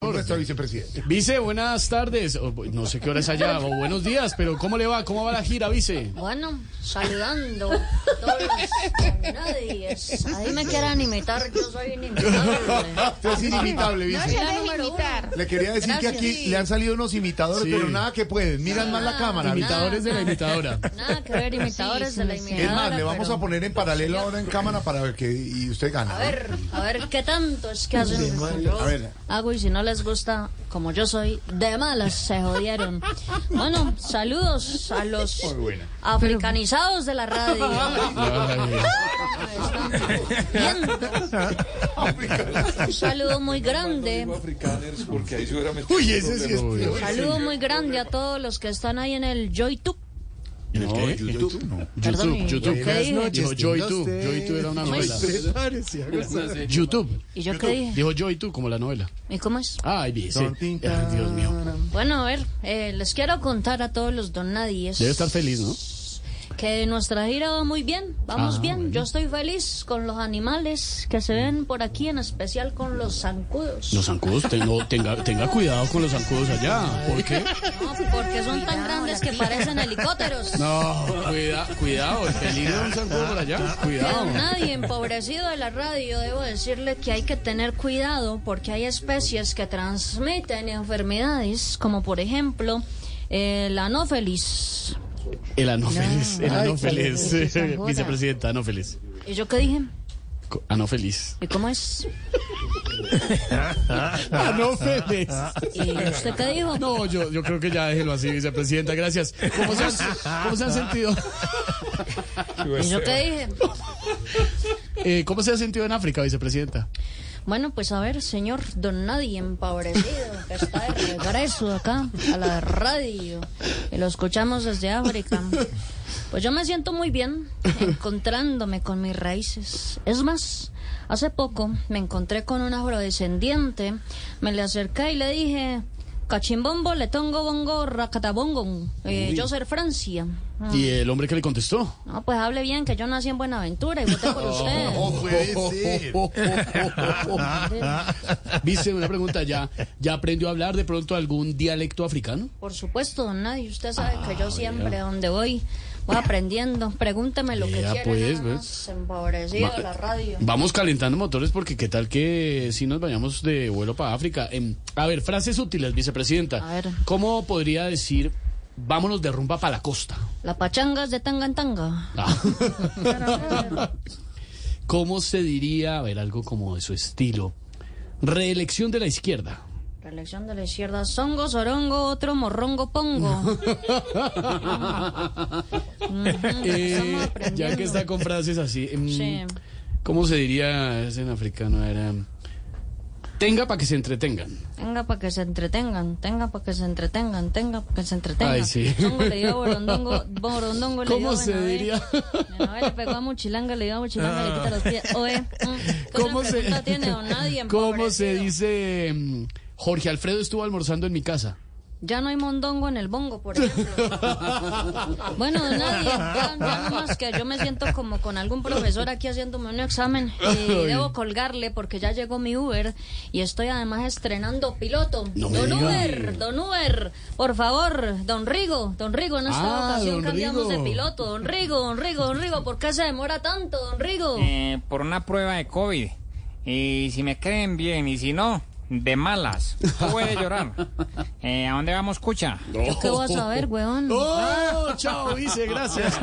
nuestra vicepresidenta. Vice, buenas tardes. O, bu- no sé qué hora es allá, o buenos días, pero ¿cómo le va? ¿Cómo va la gira, vice? Bueno, saludando a todos los canadienses. Ahí me quieran imitar, yo soy inimitable. Usted es inimitable, vice. No se deje número imitar. Le quería decir Gracias. que aquí Sí. le han salido unos imitadores, Sí. pero nada que pueden. Miran más la cámara. vice. Imitadores de la imitadora. Nada que ver, imitadores de la imitadora. Es más, le vamos pero- a poner en paralelo ahora en cámara para ver que y usted gana. A ver, a ver qué tanto es que hacen. A ver. Hago y si no les gusta, como yo soy, de malas se jodieron. Bueno, saludos a los africanizados de la radio. Un saludo muy grande. africaners porque ahí seguramente Uy, ese sí es. Un peor. saludo muy grande a todos los que están ahí en el JoyTube. YouTube, no. Perdón, YouTube, ¿y YouTube. yo qué dije? Dijo yo y tú. Yo y tú era una novela. YouTube. ¿Y yo qué dije? Dijo yo y tú como la novela. ¿Y cómo es? Ay, vice. Ay, Dios mío. Bueno, a ver, eh, les quiero contar a todos los don nadies Debe estar feliz, ¿no? que nuestra gira va muy bien, vamos Ah, bien. bueno. Yo estoy feliz con los animales que se ven por aquí, en especial con los zancudos. Los zancudos, tengo- tenga, tenga cuidado con los zancudos allá. ¿Por qué? No, porque son tan grandes que parecen helicópteros. No, Ah, cuida, cuidado, el peligro de un zancudo por allá. Cuidado. Nadie empobrecido de la radio, debo decirle que hay que tener cuidado porque hay especies que transmiten enfermedades, como por ejemplo eh, la anófelis. El anófeles, el Ay, anófeles, qué belleza, joda. vicepresidenta, anófeles. ¿Y yo qué dije? Co- Anófelis. ¿Y cómo es? Anófeles. ¿Y usted qué dijo? Ah, No, yo, yo creo que ya déjelo así, vicepresidenta, gracias. ¿Cómo se han, cómo se han sentido? ¿Y yo qué dije? Eh, ¿Cómo se ha sentido en África, vicepresidenta? Bueno, pues a ver, señor Don Nadie empobrecido, que está de regreso acá a la radio y lo escuchamos desde África. Pues yo me siento muy bien encontrándome con mis raíces. Es más, hace poco me encontré con un afrodescendiente, me le acerqué y le dije, cachimbombo, letongo, bongo, racatabongo, eh, yo ser Francia. Y el hombre que le contestó. No, pues hable bien, que yo nací en Buenaventura y voté por usted. No puede ser. Oh, Vice, oh, una pregunta, ¿ya, ¿ya aprendió a hablar de pronto algún dialecto africano? Por supuesto, don Nadie. Usted sabe que Ah, yo siempre, donde voy, voy aprendiendo. Pregúntame lo que Ya, quiera. pues, nada ¿ves? más, empobrecido Ma- de la radio. Vamos calentando motores porque qué tal que si nos vayamos de vuelo para África. Em, a ver, frases útiles, vicepresidenta. A ver. ¿Cómo podría decir vámonos de rumba para la costa? La pachanga es de tanga en tanga. Ah. ¿Cómo se diría, a ver, algo como de su estilo? Reelección de la izquierda. Reelección de la izquierda. Songo, sorongo, otro morrongo, pongo. Mm, Eh, estamos aprendiendo. ya que está con frases así. em, Sí. ¿Cómo se diría es en africano? Era. Tenga para que se entretengan. Tenga para que se entretengan, tenga para que se entretengan, tenga para que se entretengan. Ay, sí. Songo le dio a borondongo, borondongo le dio ¿Cómo a se Benabé. diría? Benabé le pegó a mochilanga, le dio a mochilanga, le quita los pies. Oe, mm, ¿qué Ah. ¿Cómo otra se, pregunta tiene don nadie ¿Cómo se empobrecido? dice? mm, Jorge Alfredo estuvo almorzando en mi casa. Ya no hay mondongo en el bongo, por ejemplo. bueno, don nadie, ya, ya no más que yo me siento como con algún profesor aquí haciéndome un examen y debo colgarle porque ya llegó mi Uber y estoy además estrenando piloto. No me don diga. Uber, don Uber, por favor, don Rigo, don Rigo, en esta Ah, ocasión don cambiamos Rigo. de piloto. Don Rigo, don Rigo, don Rigo, ¿por qué se demora tanto, don Rigo? Eh, por una prueba de COVID. Y si me creen bien, y si no, de malas. Puede llorar. Eh, ¿A dónde vamos, Cucha? ¿Yo qué vas a ver, weón? ¡Oh! ¡Chao, dice! ¡Gracias!